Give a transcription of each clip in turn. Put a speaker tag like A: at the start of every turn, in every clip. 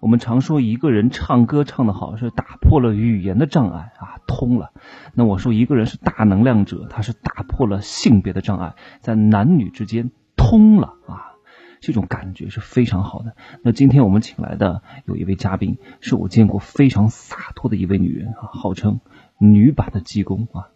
A: 我们常说一个人唱歌唱得好是打破了语言的障碍啊，通了。那我说一个人是大能量者，他是打破了性别的障碍，在男女之间通了啊，这种感觉是非常好的。那今天我们请来的有一位嘉宾，是我见过非常洒脱的一位女人啊，号称女版的济公啊，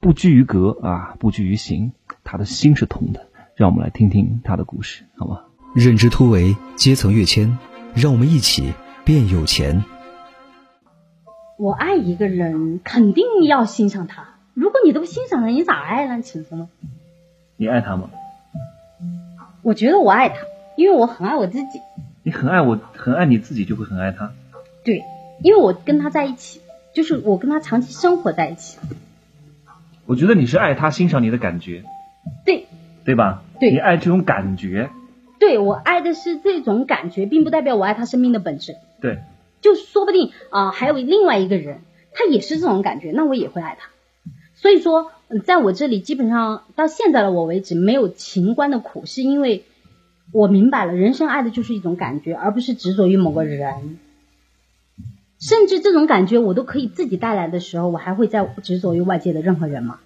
A: 不拘于格啊，不拘于形，她的心是通的。让我们来听听她的故事，好吗？
B: 认知突围，阶层跃迁，让我们一起变有钱。
C: 我爱一个人，肯定要欣赏他。如果你都不欣赏他，你咋爱呢？请问，
A: 你爱他吗？
C: 我觉得我爱他，因为我很爱我自己。
A: 你很爱我，很爱你自己，就会很爱他。
C: 对，因为我跟他在一起，就是我跟他长期生活在一起。
A: 我觉得你是爱他，欣赏你的感觉，
C: 对，
A: 对吧？
C: 对
A: 你爱这种感觉，
C: 对我爱的是这种感觉，并不代表我爱他生命的本质。
A: 对。
C: 就说不定啊、还有另外一个人，他也是这种感觉，那我也会爱他。所以说，嗯在我这里基本上到现在的我为止，没有情关的苦，是因为我明白了，人生爱的就是一种感觉，而不是执着于某个人。甚至这种感觉我都可以自己带来的时候，我还会再执着于外界的任何人吗？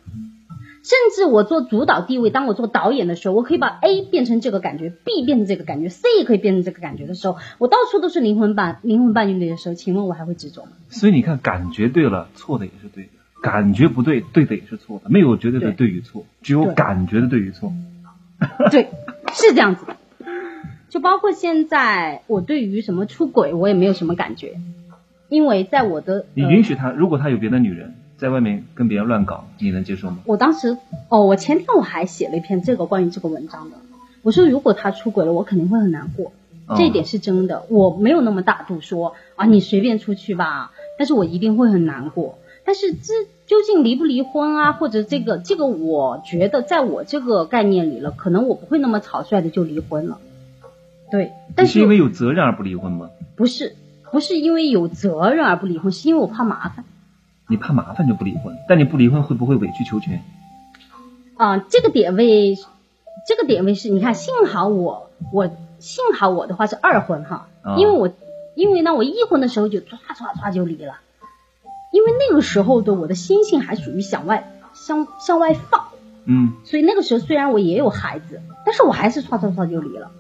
C: 甚至我做主导地位，当我做导演的时候，我可以把 A 变成这个感觉，B 变成这个感觉，C 也可以变成这个感觉的时候，我到处都是灵魂伴灵魂伴侣的时候，请问我还会执着吗？
A: 所以你看，感觉对了，错的也是对的；感觉不对，对的也是错的。没有绝对的
C: 对
A: 对与错，只有
C: 对嗯
A: 感觉的对与错。
C: 对，是这样子的。就包括现在，我对于什么出轨，我也没有什么感觉，因为在我的、
A: 你
C: 呃
A: 允许他，如果他有别的女人在外面跟别人乱搞，你能接受吗？
C: 我当时哦，我前天我还写了一篇这个关于这个文章的，我说如果他出轨了，我肯定会很难过，
A: 啊
C: 这一点是真的，我没有那么大度说啊，你随便出去吧，但是我一定会很难过。但是这究竟离不离婚啊，或者这个这个，我觉得在我这个概念里了，可能我不会那么草率的就离婚了。对，但
A: 你是因为有责任而不离婚吗？
C: 不是不是因为有责任而不离婚，是因为我怕麻烦
A: 你怕麻烦就不离婚，但你不离婚会不会委曲求全？
C: 啊、这个点位，这个点位是，你看，幸好我我幸好我的话是二婚哈，
A: 啊
C: 因为我因为呢，我一婚的时候就唰唰唰就离了，因为那个时候的我的心性还属于向外向向外放，
A: 嗯，
C: 所以那个时候虽然我也有孩子，但是我还是唰唰唰就离了。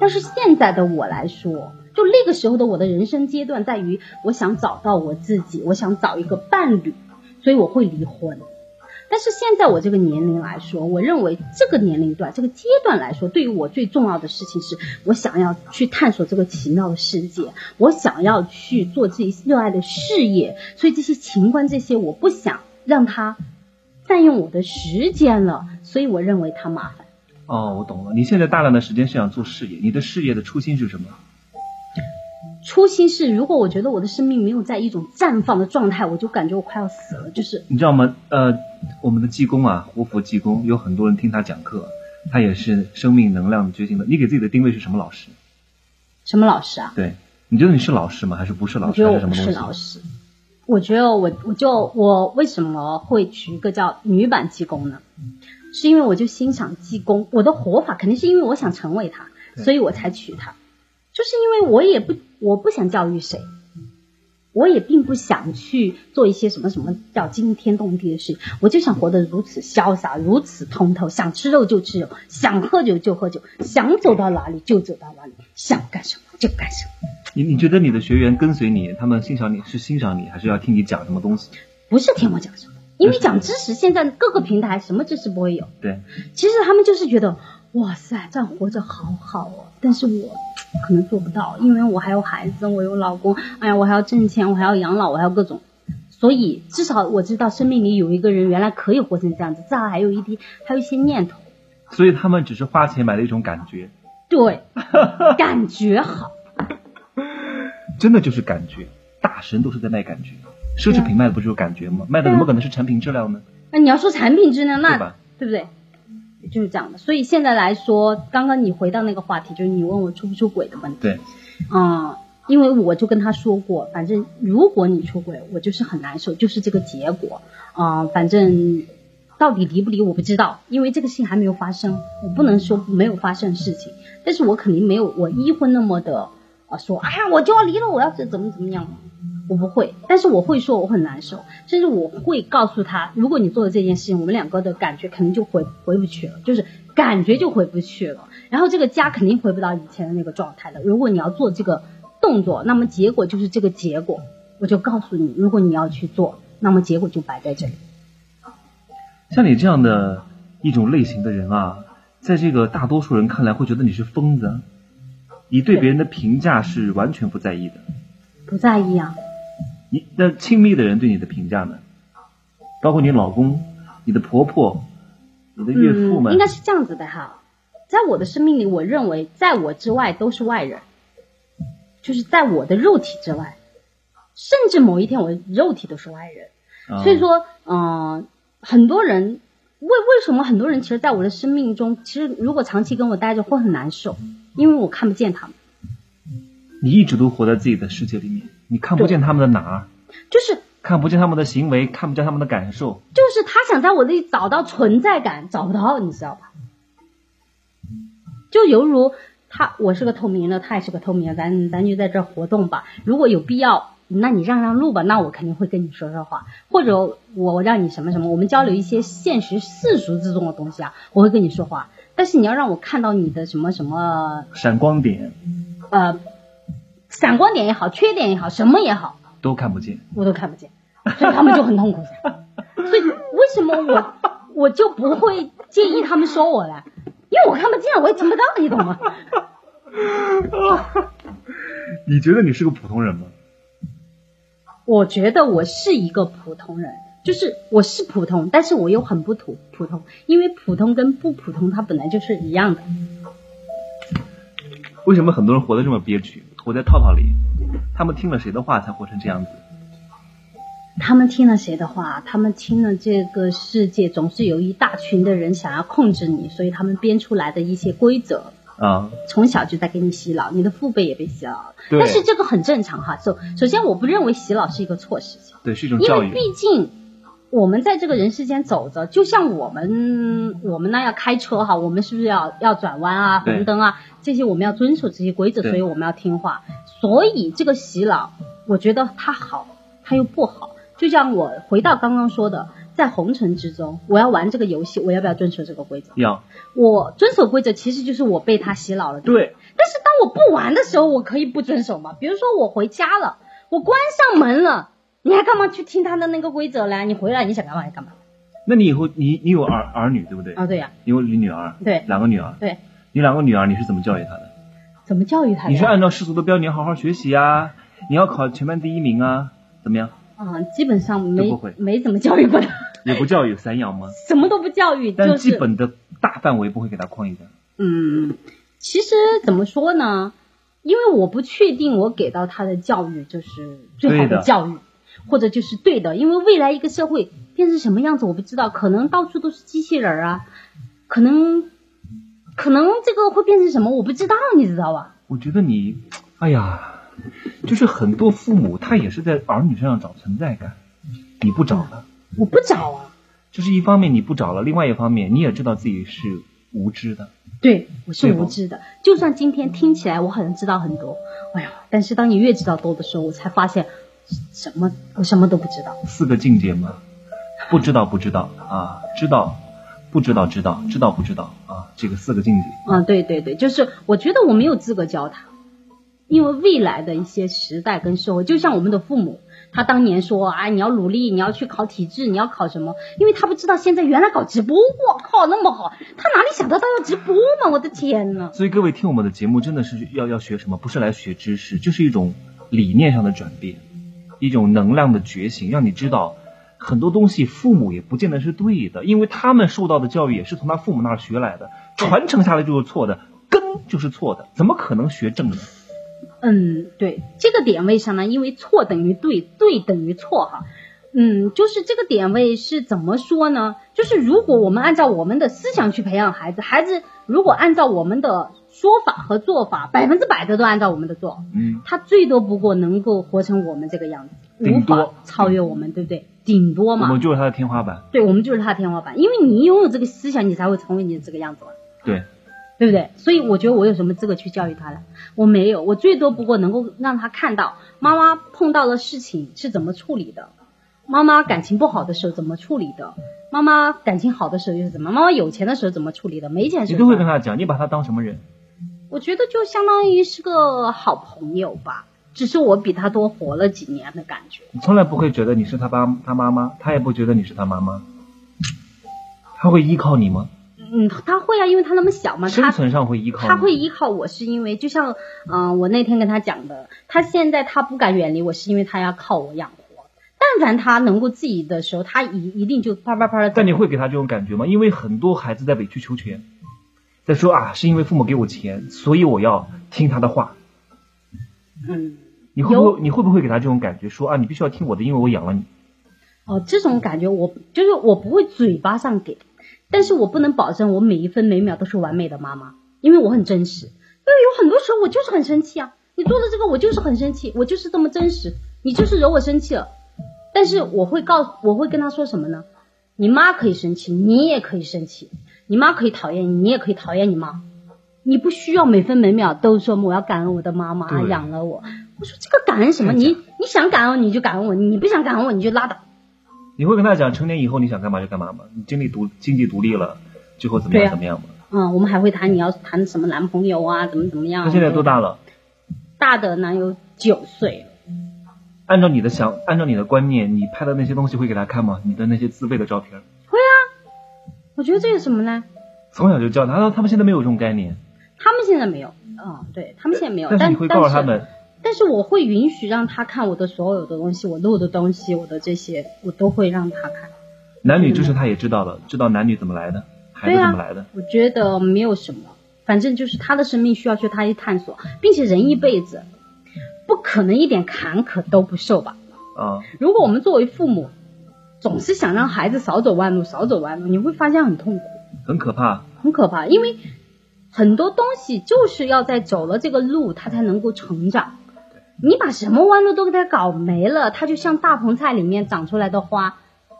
C: 但是现在的我来说，就那个时候的我的人生阶段在于，我想找到我自己，我想找一个伴侣，所以我会离婚。但是现在我这个年龄来说，我认为这个年龄段、这个阶段来说，对于我最重要的事情是，我想要去探索这个奇妙的世界，我想要去做自己热爱的事业，所以这些情关这些，我不想让它占用我的时间了，所以我认为它麻烦。
A: 哦，我懂了。你现在大量的时间是想做事业，你的事业的初心是什么？
C: 初心是，如果我觉得我的生命没有在一种绽放的状态，我就感觉我快要死了。就是
A: 你知道吗？呃，我们的济公啊，活佛济公，有很多人听他讲课，他也是生命能量觉醒的。你给自己的定位是什么老师？
C: 什么老师啊？
A: 对，你觉得你是老师吗？还是不是老
C: 我
A: 师？
C: 觉
A: 还
C: 得我
A: 什么
C: 不
A: 东西？
C: 是老师。我觉得我我就我为什么会取一个叫女版济公呢？是因为我就欣赏济公，我的活法肯定是因为我想成为他，
A: 对
C: 所以我才取他。就是因为我也不我不想教育谁，我也并不想去做一些什么什么叫惊天动地的事，我就想活得如此潇洒，如此通透，想吃肉就吃肉，想喝酒就喝酒，想走到哪里就走到哪里，想干什么就干什么。
A: 你你觉得你的学员跟随你，他们欣赏你是欣赏你，还是要听你讲什么东西？
C: 不是听我讲什么，因为讲知识，现在各个平台什么知识不会有。
A: 对，
C: 其实他们就是觉得，哇塞，这样活着好好哦。但是我可能做不到，因为我还有孩子，我有老公，哎呀，我还要挣钱，我还要养老，我还要各种。所以至少我知道，生命里有一个人原来可以活成这样子，至少还有一滴，还有一些念头。
A: 所以他们只是花钱买的一种感觉，
C: 对，感觉好。
A: 真的就是感觉。大神都是在卖感觉，奢侈品卖的不就是感觉吗？卖的
C: 对啊
A: 怎么可能是产品质量呢？
C: 那你要说产品质量，那
A: 对吧？
C: 对不对？就是这样的。所以现在来说，刚刚你回到那个话题，就是你问我出不出轨的问题。
A: 对，
C: 嗯，因为我就跟他说过，反正如果你出轨，我就是很难受，就是这个结果。啊、反正到底离不离我不知道，因为这个事情还没有发生，我不能说没有发生的事情，但是我肯定没有我一婚那么的啊说啊我就要离了，我要怎怎么怎么样，我不会，但是我会说我很难受，甚至我会告诉他，如果你做了这件事情，我们两个的感觉肯定就回回不去了，就是感觉就回不去了，然后这个家肯定回不到以前的那个状态了。如果你要做这个动作，那么结果就是这个结果，我就告诉你，如果你要去做，那么结果就摆在这里。
A: 像你这样的一种类型的人啊，在这个大多数人看来会觉得你是疯子，你对
C: 对
A: 别人的评价是完全不在意的。
C: 不在意啊，
A: 你那亲密的人对你的评价呢？包括你老公、你的婆婆、你的岳父们，
C: 嗯、应该是这样子的哈。在我的生命里，我认为在我之外都是外人，就是在我的肉体之外，甚至某一天我的肉体都是外人。
A: 啊
C: 所以说，嗯、很多人为为什么很多人其实在我的生命中，其实如果长期跟我待着会很难受，因为我看不见他们。
A: 你一直都活在自己的世界里面，你看不见他们的哪儿，
C: 就是
A: 看不见他们的行为，看不见他们的感受。
C: 就是他想在我这里找到存在感，找不到，你知道吧？就犹如他，我是个透明的，他也是个透明的，咱咱就在这儿活动吧。如果有必要，那你让让路吧，那我肯定会跟你说说话，或者我我让你什么什么，我们交流一些现实世俗之中的东西啊，我会跟你说话。但是你要让我看到你的什么什么
A: 闪光点
C: 呃闪光点也好，缺点也好，什么也好，
A: 都看不见，
C: 我都看不见，所以他们就很痛苦噻。所以为什么我我就不会介意他们说我了？因为我看不见，我也听不到，你懂吗？
A: 你觉得你是个普通人吗？
C: 我觉得我是一个普通人，就是我是普通，但是我又很不普普通，因为普通跟不普通它本来就是一样的。
A: 为什么很多人活得这么憋屈，活在套套里？他们听了谁的话才活成这样子？
C: 他们听了谁的话？他们听了这个世界总是有一大群的人想要控制你，所以他们编出来的一些规则，
A: 啊，
C: 从小就在给你洗脑，你的父辈也被洗脑了。
A: 对
C: 但是这个很正常哈。首首先，我不认为洗脑是一个错事情，
A: 对，是一种
C: 因
A: 教
C: 为
A: 育。
C: 毕竟我们在这个人世间走着，就像我们我们那要开车哈，我们是不是要要转弯啊、
A: 对
C: 红灯啊这些，我们要遵守这些规则，
A: 对
C: 所以我们要听话。所以这个洗脑，我觉得它好，它又不好。就像我回到刚刚说的，在红尘之中，我要玩这个游戏，我要不要遵守这个规则？
A: 要
C: 我遵守规则，其实就是我被他洗脑了。不
A: 对，
C: 但是当我不玩的时候，我可以不遵守嘛？比如说我回家了，我关上门了，你还干嘛去听他的那个规则嘞？你回来你想干嘛就干嘛
A: 那你以后你你有儿儿女对不对？
C: 啊？对呀、
A: 你有女儿，
C: 对
A: 两个女儿，
C: 对，
A: 你两个女儿你是怎么教育她的？
C: 怎么教育他的
A: 你是
C: 呀？
A: 按照世俗的标准，你要好好学习啊，你要考全班第一名啊，怎么样？
C: 啊，基本上
A: 都
C: 没
A: 不会
C: 没怎么教育过他，
A: 也不教育散养吗？
C: 什么都不教育，就
A: 但
C: 是
A: 基本的大范围不会给她框一下。
C: 嗯，其实怎么说呢？因为我不确定我给到他的教育就是最好
A: 对的
C: 的教育，或者就是对的。因为未来一个社会变成什么样子我不知道，可能到处都是机器人儿啊，可能可能这个会变成什么我不知道，你知道吧？
A: 我觉得你，哎呀，就是很多父母他也是在儿女身上找存在感，你不找了，
C: 我不找啊，
A: 就是一方面你不找了，另外一方面你也知道自己是无知的。
C: 对我是
A: 对吧
C: 无知的。就算今天听起来我好像知道很多，哎呀，但是当你越知道多的时候，我才发现什么我什么都不知道。
A: 四个境界嘛，不知道不知道啊，知道不知道知道知道不知道啊，这个四个境界。
C: 嗯，对对对，就是我觉得我没有资格教他，因为未来的一些时代跟社会，就像我们的父母，他当年说啊，你要努力，你要去考体制，你要考什么？因为他不知道现在原来搞直播，我靠，那么好，他哪里想得到要直播嘛？我的天呐！
A: 所以各位听我们的节目，真的是要要学什么？不是来学知识，就是一种理念上的转变，一种能量的觉醒，让你知道很多东西父母也不见得是对的，因为他们受到的教育也是从他父母那儿学来的，传承下来就是错的，根就是错的，怎么可能学正呢？
C: 嗯，对，这个点位上呢，因为错等于对，对等于错哈。嗯，就是这个点位是怎么说呢？就是如果我们按照我们的思想去培养孩子，孩子如果按照我们的说法和做法，百分之百的都按照我们的做，
A: 嗯，
C: 他最多不过能够活成我们这个样子，无
A: 顶多嗯
C: 法超越我们，对不对？顶多
A: 我
C: 嘛，
A: 们就是他的天花板。
C: 对我们就是他的天花板，因为你拥有这个思想，你才会成为你这个样子嘛。
A: 对，
C: 对不对？所以我觉得我有什么资格去教育他了？我没有，我最多不过能够让他看到妈妈碰到了事情是怎么处理的，妈妈感情不好的时候怎么处理的，妈妈感情好的时候又是怎么，妈妈有钱的时候怎么处理的，没钱的时
A: 你
C: 候
A: 都会
C: 怎么
A: 跟他讲，你把他当什么人？
C: 我觉得就相当于是个好朋友吧，只是我比他多活了几年的感觉。
A: 你从来不会觉得你是他爸他妈妈，他也不觉得你是他妈妈。他会依靠你吗？
C: 嗯，他会啊，因为他那么小嘛，
A: 生
C: 他
A: 存上会依靠你
C: 他会依靠我，是因为就像嗯、呃我那天跟他讲的，他现在他不敢远离我，是因为他要靠我养活。但凡他能够自己的时候，他一一定就啪啪啪的。
A: 但你会给他这种感觉吗？因为很多孩子在委曲求全，在说啊，是因为父母给我钱，所以我要听他的话。
C: 嗯。
A: 你会不
C: 有
A: 会你会不会给他这种感觉？说啊，你必须要听我的，因为我养了你。
C: 哦，这种感觉我就是我不会嘴巴上给，但是我不能保证我每一分每秒都是完美的妈妈，因为我很真实。因为有很多时候我就是很生气啊，你做的这个我就是很生气，我就是这么真实，你就是惹我生气了。但是我会告，我会跟他说什么呢？你妈可以生气，你也可以生气，你妈可以讨厌你，你也可以讨厌你妈。你不需要每分每秒都说我要感恩我的妈妈
A: 对
C: 养了我。我说这个感恩什么？你你想感恩我你就感恩我，你不想感恩我你就拉倒。
A: 你会跟他讲，成年以后你想干嘛就干嘛吗？你经历独经济独立了，最后怎么
C: 对
A: 样
C: 啊
A: 怎么样吗？
C: 嗯，我们还会谈你要谈什么男朋友啊，怎么怎么样啊、
A: 他现在多大了？
C: 大的男友九岁，
A: 按照你的想，按照你的观念，你拍的那些东西会给他看吗？你的那些自慰的照片，
C: 啊我觉得这有什么呢？
A: 从小就教他。难道他们现在没有这种概念？
C: 他们现在没有，嗯，对他们现在没有，
A: 但是
C: 但
A: 你会告诉他
C: 但是
A: 们，
C: 但是我会允许让他看我的所有的东西，我录的东西，我的这些，我都会让他看。
A: 男女之事他也知道了，知道男女怎么来的，孩子
C: 嗯对啊
A: 怎么来的。
C: 我觉得没有什么，反正就是他的生命需要去他去探索，并且人一辈子不可能一点坎坷都不受吧。
A: 啊，
C: 如果我们作为父母，总是想让孩子少走弯路，少走弯路，你会发现很痛苦。
A: 很可怕。
C: 很可怕，因为很多东西就是要在走了这个路，它才能够成长。你把什么弯路都给它搞没了，它就像大棚菜里面长出来的花，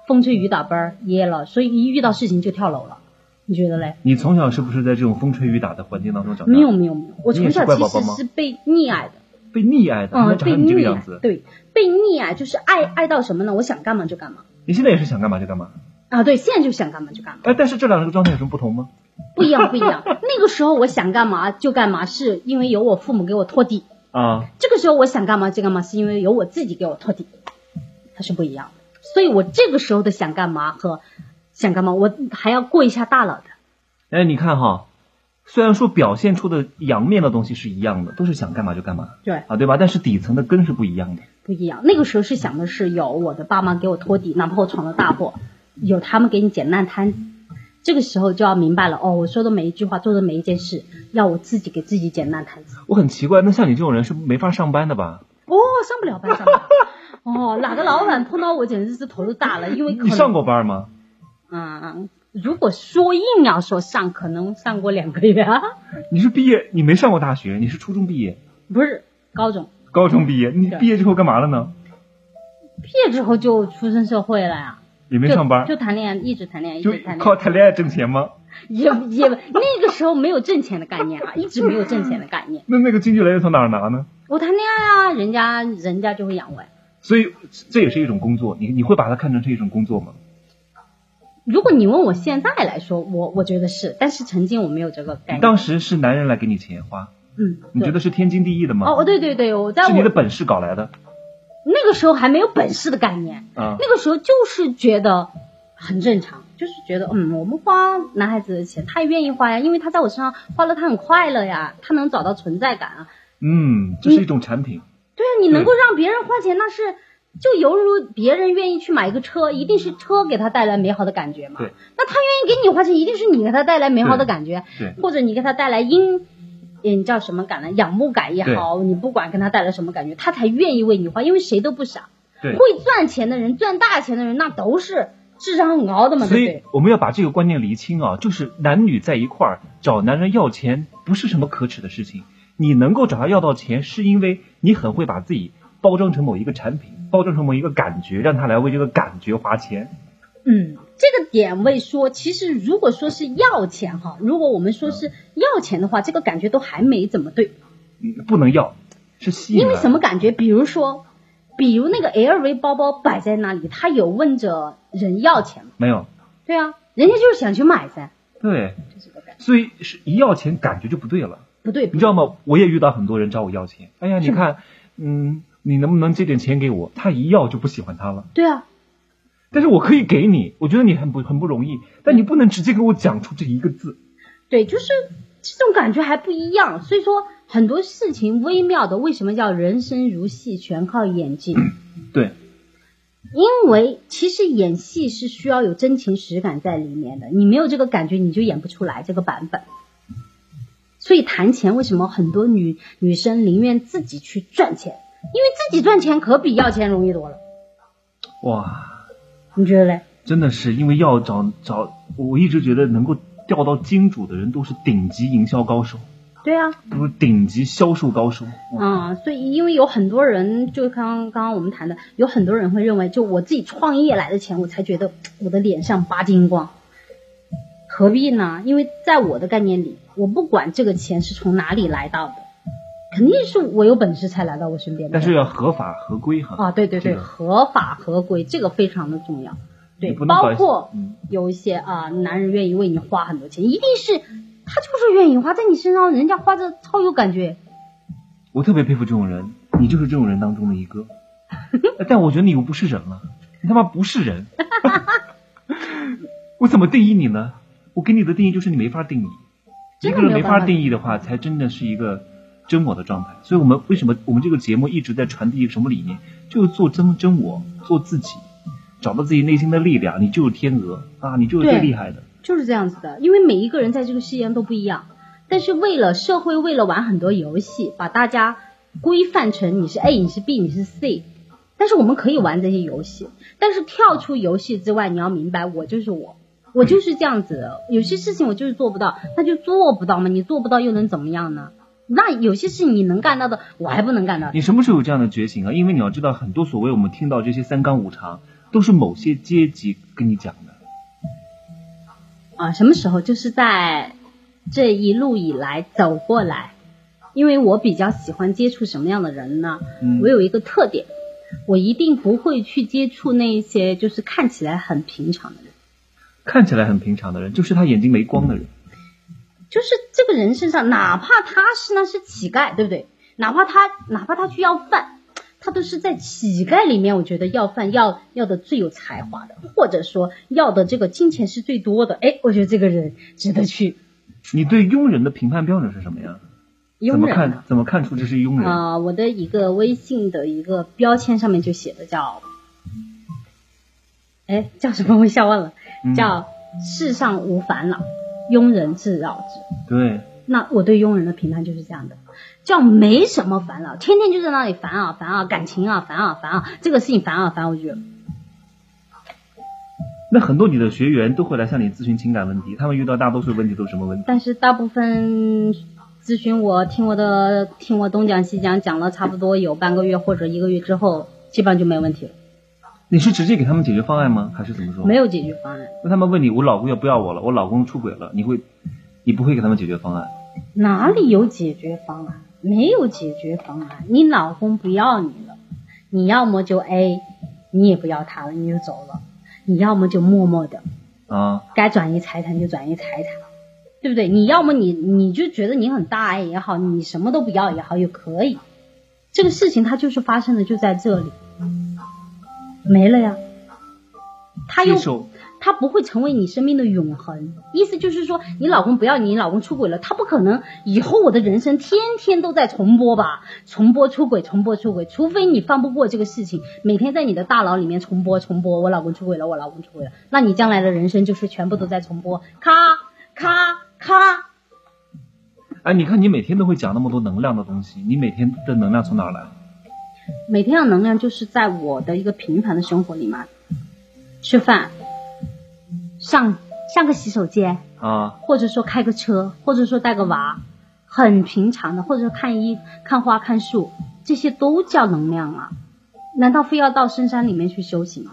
C: 风吹雨打奔儿噎了，所以一遇到事情就跳楼了。你觉得嘞？
A: 你从小是不是在这种风吹雨打的环境当中长大？
C: 没有，没有没有，我
A: 啊你也
C: 从
A: 是
C: 小
A: 乖
C: 其
A: 宝宝
C: 实
A: 吗啊
C: 是被溺爱的，
A: 被溺爱的，
C: 嗯，
A: 长
C: 被
A: 成你这个
C: 溺
A: 样
C: 爱
A: 子，。
C: 对，被溺爱就是爱爱到什么呢？我想干嘛就干嘛
A: 你现在也是想干嘛就干嘛。
C: 啊，对，现在就想干嘛就干嘛。
A: 哎，但是这两个状态有什么不同吗？
C: 不一样，不一样。那个时候我想干嘛就干嘛，是因为有我父母给我托底。
A: 啊，
C: 这个时候我想干嘛就干嘛，是因为有我自己给我托底，它是不一样的。所以我这个时候的想干嘛和想干嘛，我还要过一下大脑的。
A: 哎，你看哈，虽然说表现出的阳面的东西是一样的，都是想干嘛就干嘛
C: 对，
A: 啊，对吧？但是底层的根是不一样的。
C: 不一样。那个时候是想的是有我的爸妈给我托底，哪怕我闯了大祸，有他们给你捡烂摊。这个时候就要明白了，哦，我说的每一句话，做的每一件事，要我自己给自己捡烂摊子。
A: 我很奇怪，那像你这种人是没法上班的吧？
C: 哦，上不了班，上不了 班。哦，哪个老板碰到我简直是头都大了，因为可
A: 你
C: 能
A: 上过班吗？
C: 嗯，如果说硬要说上，可能上过两个月啊，
A: 你是毕业，你没上过大学，你是初中毕业、
C: 不是高中
A: 高中毕业，你
C: 对
A: 毕业之后干嘛了呢？
C: 毕业之后就出身社会了呀，
A: 也没
C: 就
A: 上班，
C: 就谈恋爱，一直谈恋爱，一
A: 就
C: 直谈恋
A: 靠
C: 爱，
A: 谈恋爱挣钱吗？
C: 也也那个时候没有挣钱的概念啊，一直没有挣钱的概念。
A: 那那个经济来源从哪儿拿呢？
C: 我谈恋爱啊，人家人家就会养我呀。
A: 所以这也是一种工作，你你会把它看成是一种工作吗？
C: 如果你问我现在来说，我我觉得是，但是曾经我没有这个概
A: 你
C: 念。
A: 当时是男人来给你钱花，
C: 嗯，
A: 你觉
C: 对
A: 得是天经地义的吗？
C: 哦，对对对，我在
A: 是你的
C: 我
A: 本事搞来的
C: 那个时候还没有本事的概念，
A: 啊？
C: 那个时候就是觉得很正常，就是觉得嗯，我们花男孩子的钱，他也愿意花呀，因为他在我身上花了，他很快乐呀，他能找到存在感啊。
A: 嗯，这是一种产品。
C: 对啊，你能够让别人花钱，那是就犹如别人愿意去买一个车，一定是车给他带来美好的感觉嘛
A: 对。
C: 那他愿意给你花钱，一定是你给他带来美好的感觉，
A: 对
C: 或者你给他带来因。嗯，叫什么感呢？仰慕感也好，你不管跟他带来什么感觉，他才愿意为你花，因为谁都不傻。
A: 对，
C: 会赚钱的人、赚大钱的人，那都是智商很高的嘛，
A: 所
C: 对不
A: 以
C: 对？
A: 我们要把这个观念理清啊，就是男女在一块儿找男人要钱不是什么可耻的事情。你能够找他要到钱，是因为你很会把自己包装成某一个产品，包装成某一个感觉，让他来为这个感觉花钱。
C: 嗯，这个点位说，其实如果说是要钱哈，如果我们说是要钱的话，这个感觉都还没怎么对，
A: 嗯不能要，是啊吸引
C: 因为
A: 来
C: 什么感觉？比如说，比如那个 LV 包包摆在那里，他有问着人要钱吗？
A: 没有？
C: 对啊，人家就是想去买噻，
A: 对，
C: 就这个感觉。
A: 所以是一要钱感觉就不对了。
C: 不对，
A: 你知道吗？我也遇到很多人找我要钱。哎呀，你
C: 是吗
A: 看，嗯，你能不能借点钱给我？他一要就不喜欢他了。
C: 对啊，
A: 但是我可以给你，我觉得你很不很不容易，但你不能直接给我讲出这一个字。
C: 对，就是这种感觉还不一样。所以说，很多事情微妙的，为什么叫人生如戏，全靠演技？
A: 对，
C: 因为其实演戏是需要有真情实感在里面的，你没有这个感觉，你就演不出来这个版本。所以谈钱，为什么很多女女生宁愿自己去赚钱？因为自己赚钱可比要钱容易多了，
A: 哇，
C: 你觉得嘞？
A: 真的是因为要找找，我一直觉得能够钓到金主的人都是顶级营销高手，
C: 对啊，
A: 都是顶级销售高手。哇
C: 啊、所以因为有很多人，就刚刚刚我们谈的，有很多人会认为，就我自己创业来的钱，我才觉得我的脸上拔金光，何必呢？因为在我的概念里，我不管这个钱是从哪里来到的，肯定是我有本事才来到我身边的。
A: 但是要合法合规哈。
C: 啊，对对对，
A: 这个
C: 合法合规这个非常的重要。对，
A: 你不能搞
C: 包括
A: 嗯
C: 有一些啊、男人愿意为你花很多钱，一定是他就是愿意花在你身上，人家花着超有感觉。
A: 我特别佩服这种人，你就是这种人当中的一个。但我觉得你又不是人了，你他妈不是 人。我怎么定义你呢？我给你的定义就是你没法定义，一
C: 真
A: 个
C: 的
A: 人
C: 没
A: 没
C: 有办
A: 法
C: 法
A: 定义的话，才真的是一个真我的状态。所以我们为什么我们这个节目一直在传递一个什么理念？就是做真真我，做自己，找到自己内心的力量，你就是天鹅啊，你就是最
C: 对
A: 厉害的。
C: 就是这样子的，因为每一个人在这个世界上都不一样，但是为了社会，为了玩很多游戏，把大家规范成你是 A，你是 B，你是 C，但是我们可以玩这些游戏，但是跳出游戏之外，你要明白，我就是我，我就是这样子的，有些事情我就是做不到，那就做不到嘛，你做不到又能怎么样呢？那有些事你能干到的，我还不能干到。
A: 你什么时候有这样的觉醒啊？因为你要知道，很多所谓我们听到这些三纲五常，都是某些阶级跟你讲的。
C: 啊，什么时候？就是在这一路以来走过来，因为我比较喜欢接触什么样的人呢？
A: 嗯
C: 我有一个特点，我一定不会去接触那一些就是看起来很平常的人，
A: 看起来很平常的人，就是他眼睛没光的人。
C: 就是这个人身上，哪怕他是那是乞丐，对不对？哪怕他哪怕他去要饭，他都是在乞丐里面，我觉得要饭要要的最有才华的，或者说要的这个金钱是最多的。哎，我觉得这个人值得去
A: 你对佣人的评判标准是什么呀？怎
C: 拥
A: 么
C: 人啊呢
A: 看？怎么看出这是佣人？
C: 啊、我的一个微信的一个标签上面就写的叫，哎，叫什么？我一下忘了，
A: 嗯
C: 叫“世上无烦恼，庸人自扰之
A: 对，”。
C: 那我对庸人的评判就是这样的，叫没什么烦恼，天天就在那里烦啊烦啊，感情啊烦啊烦啊，这个事情烦啊烦啊，我觉得
A: 那很多你的学员都会来向你咨询情感问题，他们遇到大多数问题都是什么问题？
C: 但是大部分咨询我听我的听我东讲西讲，讲了差不多有半个月或者一个月之后，基本上就没问题了，
A: 你是直接给他们解决方案吗？还是怎么说？
C: 没。有解决方案。
A: 那他们问你，我老公要不要我了？我老公出轨了，你会，你不会给他们解决方案？
C: 哪里有解决方案？没有解决方案。你老公不要你了，你要么就 A，你也不要他了，你就走了；你要么就默默的，
A: 啊，
C: 该转移财产就转移财产，对不对？你要么你你就觉得你很大爱也好，你什么都不要也好，也可以。这个事情它就是发生的就在这里，没了呀。他
A: 接
C: 又
A: 受
C: 他不会成为你生命的永恒。意思就是说，你老公不要你，你老公出轨了，他不可能以后我的人生天天都在重播吧？重播出轨，重播出轨，除非你放不过这个事情，每天在你的大脑里面重播重播，我老公出轨了，我老公出轨了，那你将来的人生就是全部都在重播，咔咔咔。
A: 哎，你看你每天都会讲那么多能量的东西，你每天的能量从哪儿来？
C: 每天的能量就是在我的一个平凡的生活里嘛，吃饭，上上个洗手间，
A: 啊，
C: 或者说开个车，或者说带个娃，很平常的，或者说看一看花看树，这些都叫能量啊。难道非要到深山里面去修行吗？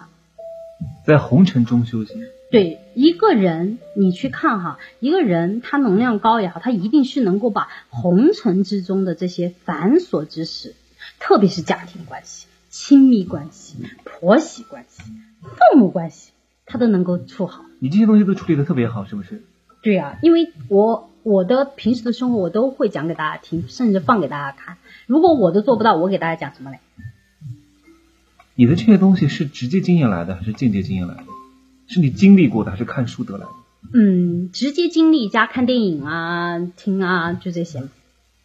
A: 在红尘中修行。
C: 对一个人，你去看哈，一个人他能量高也好，他一定是能够把红尘之中的这些繁琐之事，特别是家庭关系、亲密关系、婆媳关系、父母关系，他都能够处好。
A: 你这些东西都处理的特别好，是不是？
C: 对啊，因为我我的平时的生活我都会讲给大家听，甚至放给大家看。如果我都做不到，我给大家讲什么嘞？
A: 你的这些东西是直接经验来的，还是间接经验来的？是你经历过的，还是看书得来的？
C: 嗯，直接经历加看电影啊、听啊，就这些嘛。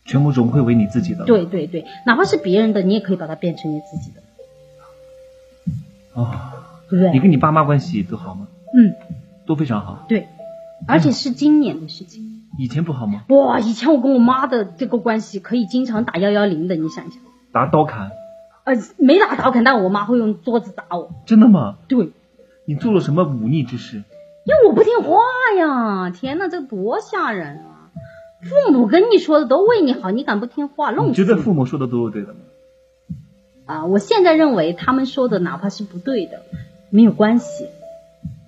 A: 全部融汇为你自己的。
C: 对对对，哪怕是别人的，你也可以把它变成你自己的，
A: 啊、
C: 对不对？
A: 你跟你爸妈关系都好吗？
C: 嗯，
A: 都非常好。
C: 对，而且是今年的事情。
A: 以前不好吗？
C: 哇，以前我跟我妈的这个关系可以经常打幺幺零的，你想一想，
A: 打刀砍，
C: 呃，没打到，肯但我妈会用桌子打我。
A: 真的吗？
C: 对，因
A: 你做了什么忤逆之事？
C: 为我不听话呀！天呐，这多吓人啊！父母跟你说的都为你好，你敢不听话，弄
A: 你
C: 死
A: 觉得
C: 你
A: 父母说的都是对的吗？
C: 啊、我现在认为他们说的哪怕是不对的，没有关系，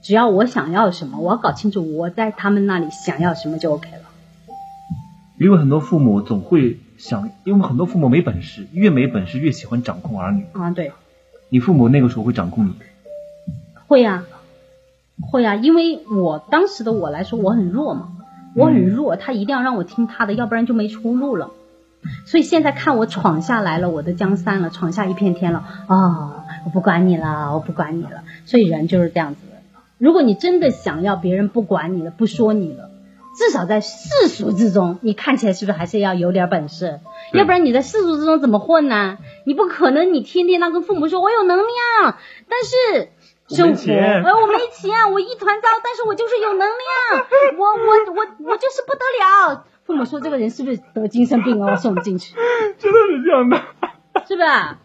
C: 只要我想要什么，我要搞清楚我在他们那里想要什么就 OK 了。
A: 因为很多父母总会想，因为很多父母没本事，越没本事越喜欢掌控儿女。
C: 啊，对，
A: 你父母那个时候会掌控你，
C: 会呀、会呀、因为我当时的我来说，我很弱嘛，我很弱，他一定要让我听他的，要不然就没出路了。所以现在看我闯下来了，我的江山了，闯下一片天了啊、我不管你了，我不管你了。所以人就是这样子的。如果你真的想要别人不管你了，不说你了，至少在世俗之中，你看起来是不是还是要有点本事？
A: 对
C: 要不然你在世俗之中怎么混呢？你不可能，你天天那跟父母说我有能量，但是
A: 我
C: 生
A: 没
C: 活，
A: 钱
C: 哎，我没钱，我一团糟，但是我就是有能量，我我我我就是不得了。父母说这个人是不是得精神病啊？我送你进去，
A: 真的是这样的。
C: 是吧？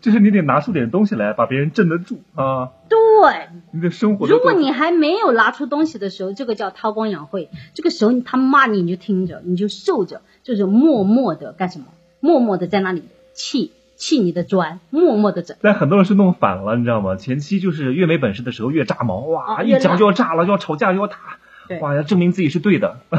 A: 就是你得拿出点东西来，把别人镇得住啊！
C: 对，
A: 你的生活的
C: 如果
A: 过
C: 你还没有拿出东西的时候，这个叫韬光养晦。这个时候他骂你，你就听着，你就受着，就是默默的干什么？默默的在那里砌砌你的砖，默默的整。
A: 但很多人是弄反了，你知道吗？前期就是越没本事的时候越炸毛，哇，
C: 啊越
A: 一讲就要炸了，就要吵架，又要打
C: 对，
A: 哇，要证明自己是对的。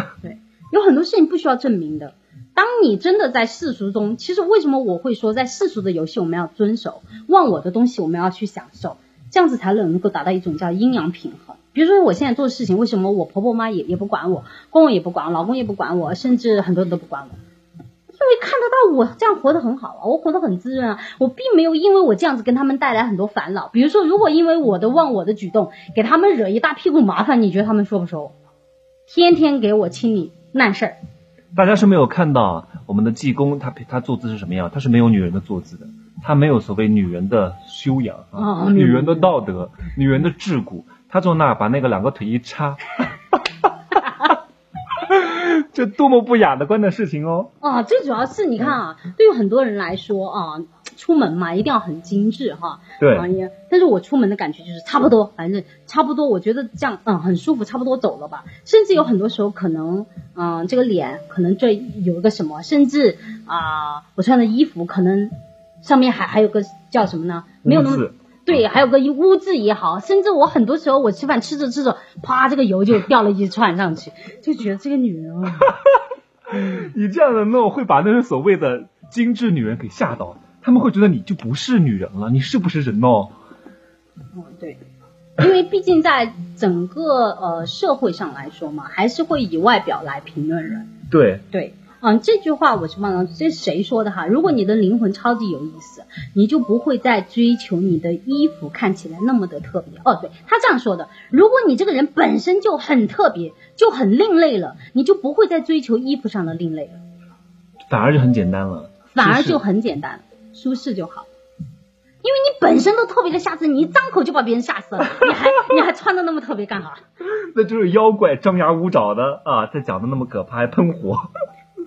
C: 有很多事情不需要证明的。当你真的在世俗中，其实为什么我会说，在世俗的游戏我们要遵守，忘我的东西我们要去享受，这样子才能够达到一种叫阴阳平衡。比如说我现在做的事情，为什么我婆婆妈也也不管我，公公也不管我，老公也不管我，甚至很多人都不管我，因为看得到我这样活得很好啊，我活得很滋润啊，我并没有因为我这样子跟他们带来很多烦恼。比如说，如果因为我的忘我的举动给他们惹一大屁股麻烦，你觉得他们说不说我？天天给我清理难事儿。
A: 大家是没有看到我们的济公，他他坐姿是什么样？他是没有女人的坐姿的，他没有所谓女人的修养啊，
C: 哦
A: 女人的道德，女人的桎梏。他坐那儿把那个两个腿一叉， 这多么不雅的观的事情哦！
C: 啊，最主要是你看啊，
A: 嗯
C: 对于很多人来说啊，出门嘛一定要很精致哈。
A: 对
C: 啊，也但是我出门的感觉就是差不多，反正差不多，我觉得这样嗯很舒服，差不多走了吧。甚至有很多时候可能嗯、这个脸可能这有一个什么，甚至啊、我穿的衣服可能上面还还有个叫什么呢？没有那
A: 污
C: 么
A: 渍。嗯
C: 对，还有个污渍也好，甚至我很多时候我吃饭吃着吃着，啪，这个油就掉了一串上去，就觉得这个女人啊，
A: 你这样的弄会把那些所谓的精致女人给吓到，他们会觉得你就不是女人了，你是不是人哦？
C: 嗯，对，因为毕竟在整个呃社会上来说嘛，还是会以外表来评论人。
A: 对，
C: 对，嗯，这句话我是忘了，这是谁说的哈？如果你的灵魂超级有意思，你就不会再追求你的衣服看起来那么的特别。哦，对他这样说的，如果你这个人本身就很特别，就很另类了，你就不会再追求衣服上的另类了，
A: 反而就很简单了，
C: 反而
A: 是
C: 就很简单，舒适就好。因为你本身都特别的吓死，你一张口就把别人吓死 了，你还你还穿的那么特别干啥？
A: 那就是妖怪张牙舞爪的啊，他讲的那么可怕，还喷火。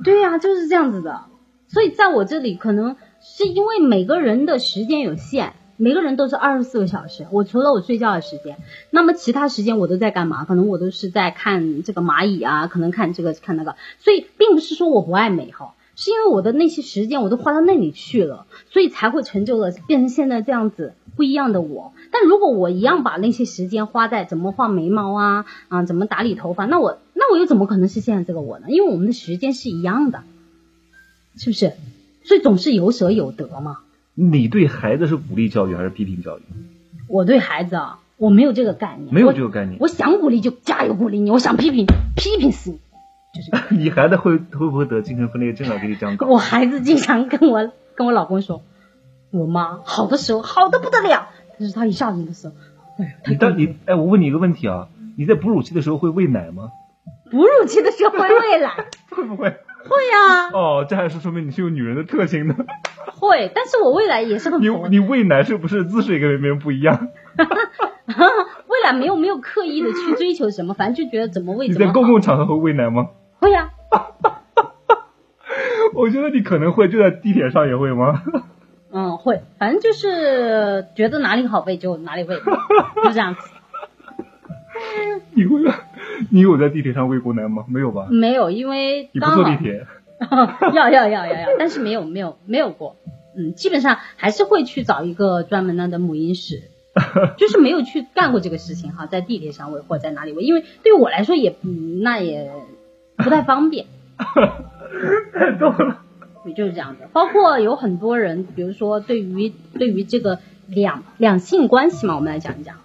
C: 对呀、就是这样子的。所以在我这里，可能是因为每个人的时间有限，每个人都是二十四个小时。我除了我睡觉的时间，那么其他时间我都在干嘛？可能我都是在看这个蚂蚁啊，可能看这个看那个。所以并不是说我不爱美哈，是因为我的那些时间我都花到那里去了，所以才会成就了变成现在这样子。不一样的我。但如果我一样把那些时间花在怎么画眉毛啊啊怎么打理头发，那我那我又怎么可能是现在这个我呢？因为我们的时间是一样的，是不是？所以总是有舍有得嘛。
A: 你对孩子是鼓励教育还是批评教育？
C: 我对孩子啊，我没有这个概念，
A: 没有
C: 我
A: 这个概念。
C: 我想鼓励就加油鼓励你，我想批评批评死你，就是这 样
A: 你孩子会会不会得精神分裂症啊？给你这 样搞，
C: 我孩子经常跟我跟我老公说，我妈好的时候好的不得了，但是她一下子的时候，哎呀，
A: 你当你哎，我问你一个问题啊，你在哺乳期的时候会喂奶吗？
C: 哺乳期的时候会喂奶，
A: 会不会？
C: 会呀、
A: 哦，这还是说明你是有女人的特性的。
C: 会，但是我喂奶也是很
A: 你
C: 佛的，
A: 你 喂奶是不是姿势也跟别人不一样？
C: 喂奶没有没有刻意的去追求什么，反正就觉得怎么喂
A: 你
C: 怎
A: 在
C: 么
A: 公
C: 好，
A: 共场合会喂奶吗？
C: 会啊呀、
A: 我觉得你可能会，就在地铁上也会吗？
C: 嗯，会，反正就是觉得哪里好喂就哪里喂， 就这样子。
A: 你会，你有在地铁上喂过奶吗？没有吧？
C: 没有，因为
A: 你不
C: 刚
A: 坐
C: 好
A: 地铁，
C: 要要要要要，但是没有没有没有过，嗯，基本上还是会去找一个专门的母婴室， 就是没有去干过这个事情哈，在地铁上喂或在哪里喂，因为对于我来说也不那也不太方便，
A: 太逗了。
C: 对就是这样的。包括有很多人，比如说对于对于这个两两性关系嘛，我们来讲一讲。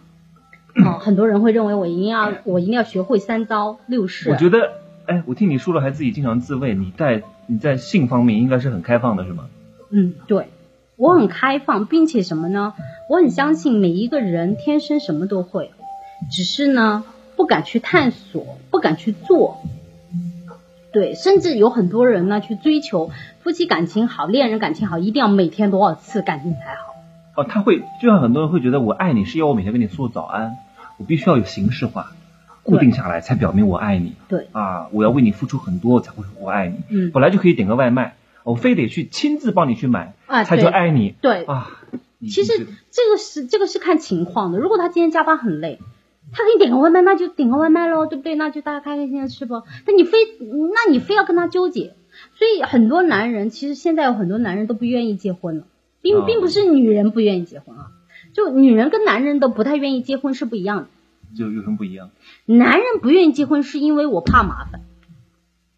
C: 哦，很多人会认为我一定要我一定要学会三招六式，
A: 我觉得，哎，我听你说了，还自己经常自慰，你在你在性方面应该是很开放的，是吗？
C: 嗯，对，我很开放，并且什么呢？我很相信每一个人天生什么都会，只是呢不敢去探索，不敢去做。对，甚至有很多人呢去追求夫妻感情好、恋人感情好，一定要每天多少次感情才好。
A: 哦，他会，就像很多人会觉得，我爱你是要我每天跟你说早安，我必须要有形式化，固定下来才表明我爱你。
C: 对
A: 啊，我要为你付出很多才会我爱你。
C: 嗯
A: 本来就可以点个外卖，我非得去亲自帮你去买，
C: 啊，
A: 才叫
C: 对
A: 爱你
C: 对，
A: 啊。你
C: 其
A: 你
C: 实
A: 这
C: 这个是这个是看情况的。如果他今天加班很累，他给你点个外卖，那就点个外卖喽，对不对？那就大家开开心心地吃吧。但你非那你非要跟他纠结，所以很多男人其实现在有很多男人都不愿意结婚了，
A: 哦
C: 并并不是女人不愿意结婚啊，就女人跟男人都不太愿意结婚是不一样的。
A: 就有什么不一样？
C: 男人不愿意结婚是因为我怕麻烦，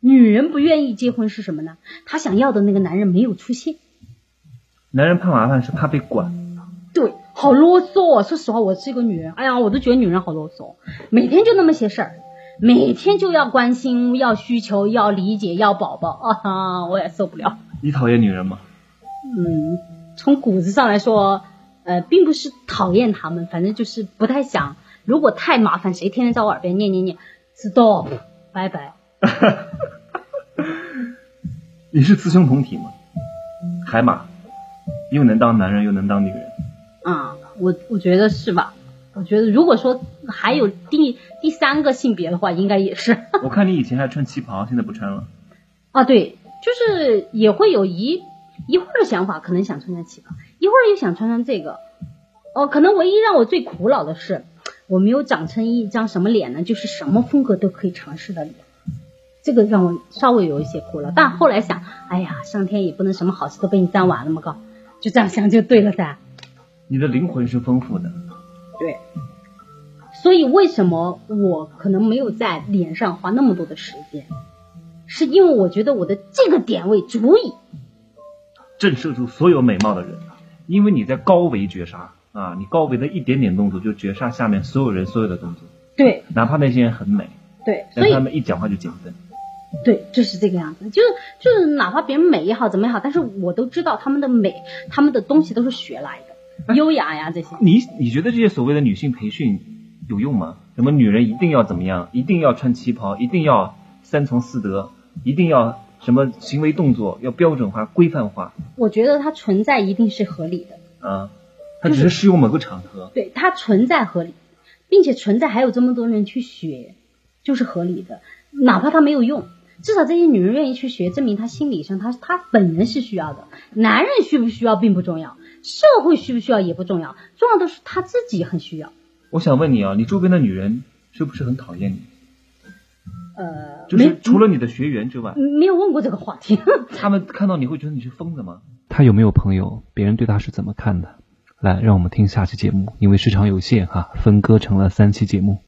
C: 女人不愿意结婚是什么呢？她想要的那个男人没有出现。
A: 男人怕麻烦是怕被管，
C: 对，好啰嗦、哦。说实话，我是一个女人，哎呀，我都觉得女人好啰嗦哦，每天就那么些事儿，每天就要关心、要需求、要理解、要宝宝啊哈，我也受不了。
A: 你讨厌女人吗？
C: 嗯，从骨子上来说，呃，并不是讨厌他们，反正就是不太想。如果太麻烦，谁天天在我耳边念念念，stop，拜拜。
A: 你是雌雄同体吗？海马，又能当男人又能当女人，
C: 啊、我我觉得是吧？我觉得如果说还有第第三个性别的话，应该也是。
A: 我看你以前还穿旗袍，现在不穿了。
C: 啊，对，就是也会有一一会儿的想法，可能想穿穿旗袍，一会儿又想穿穿这个。哦，可能唯一让我最苦恼的是，我没有长成一张什么脸呢？就是什么风格都可以尝试的脸，这个让我稍微有一些苦恼。但后来想，哎呀，上天也不能什么好事都被你占完了嘛，哥，就这样想就对了噻。
A: 你的灵魂是丰富的，
C: 对。所以为什么我可能没有在脸上花那么多的时间，是因为我觉得我的这个点位足以
A: 震慑住所有美貌的人，因为你在高维绝杀啊！你高维的一点点动作就绝杀下面所有人所有的动作，
C: 对
A: 哪怕那些人很美，
C: 对，所
A: 但他
C: 以
A: 们一讲话就减分。
C: 对就是这个样子，就是就是哪怕别人美也好，怎么也好，但是我都知道他们的美，他们的东西都是学来的，优雅呀这些。
A: 你你觉得这些所谓的女性培训有用吗？什么女人一定要怎么样，一定要穿旗袍，一定要三从四德，一定要什么行为动作要标准化、规范化
C: 我觉得它存在一定是合理的，
A: 啊？它只是适用某个场合。
C: 对它存在合理，并且存在还有这么多人去学，就是合理的，哪怕它没有用。至少这些女人愿意去学，证明她心理上她她本人是需要的。男人需不需要并不重要，社会需不需要也不重要，重要的是他自己很需要。
A: 我想问你啊，你周边的女人是不是很讨厌你？
C: 呃，
A: 就是
C: 没
A: 除了你的学员之外，
C: 没有问过这个话题。
A: 他们看到你会觉得你是疯子吗？
D: 他有没有朋友？别人对他是怎么看的？
A: 来，让我们听下期节目，因为时长有限哈、分割成了三期节目。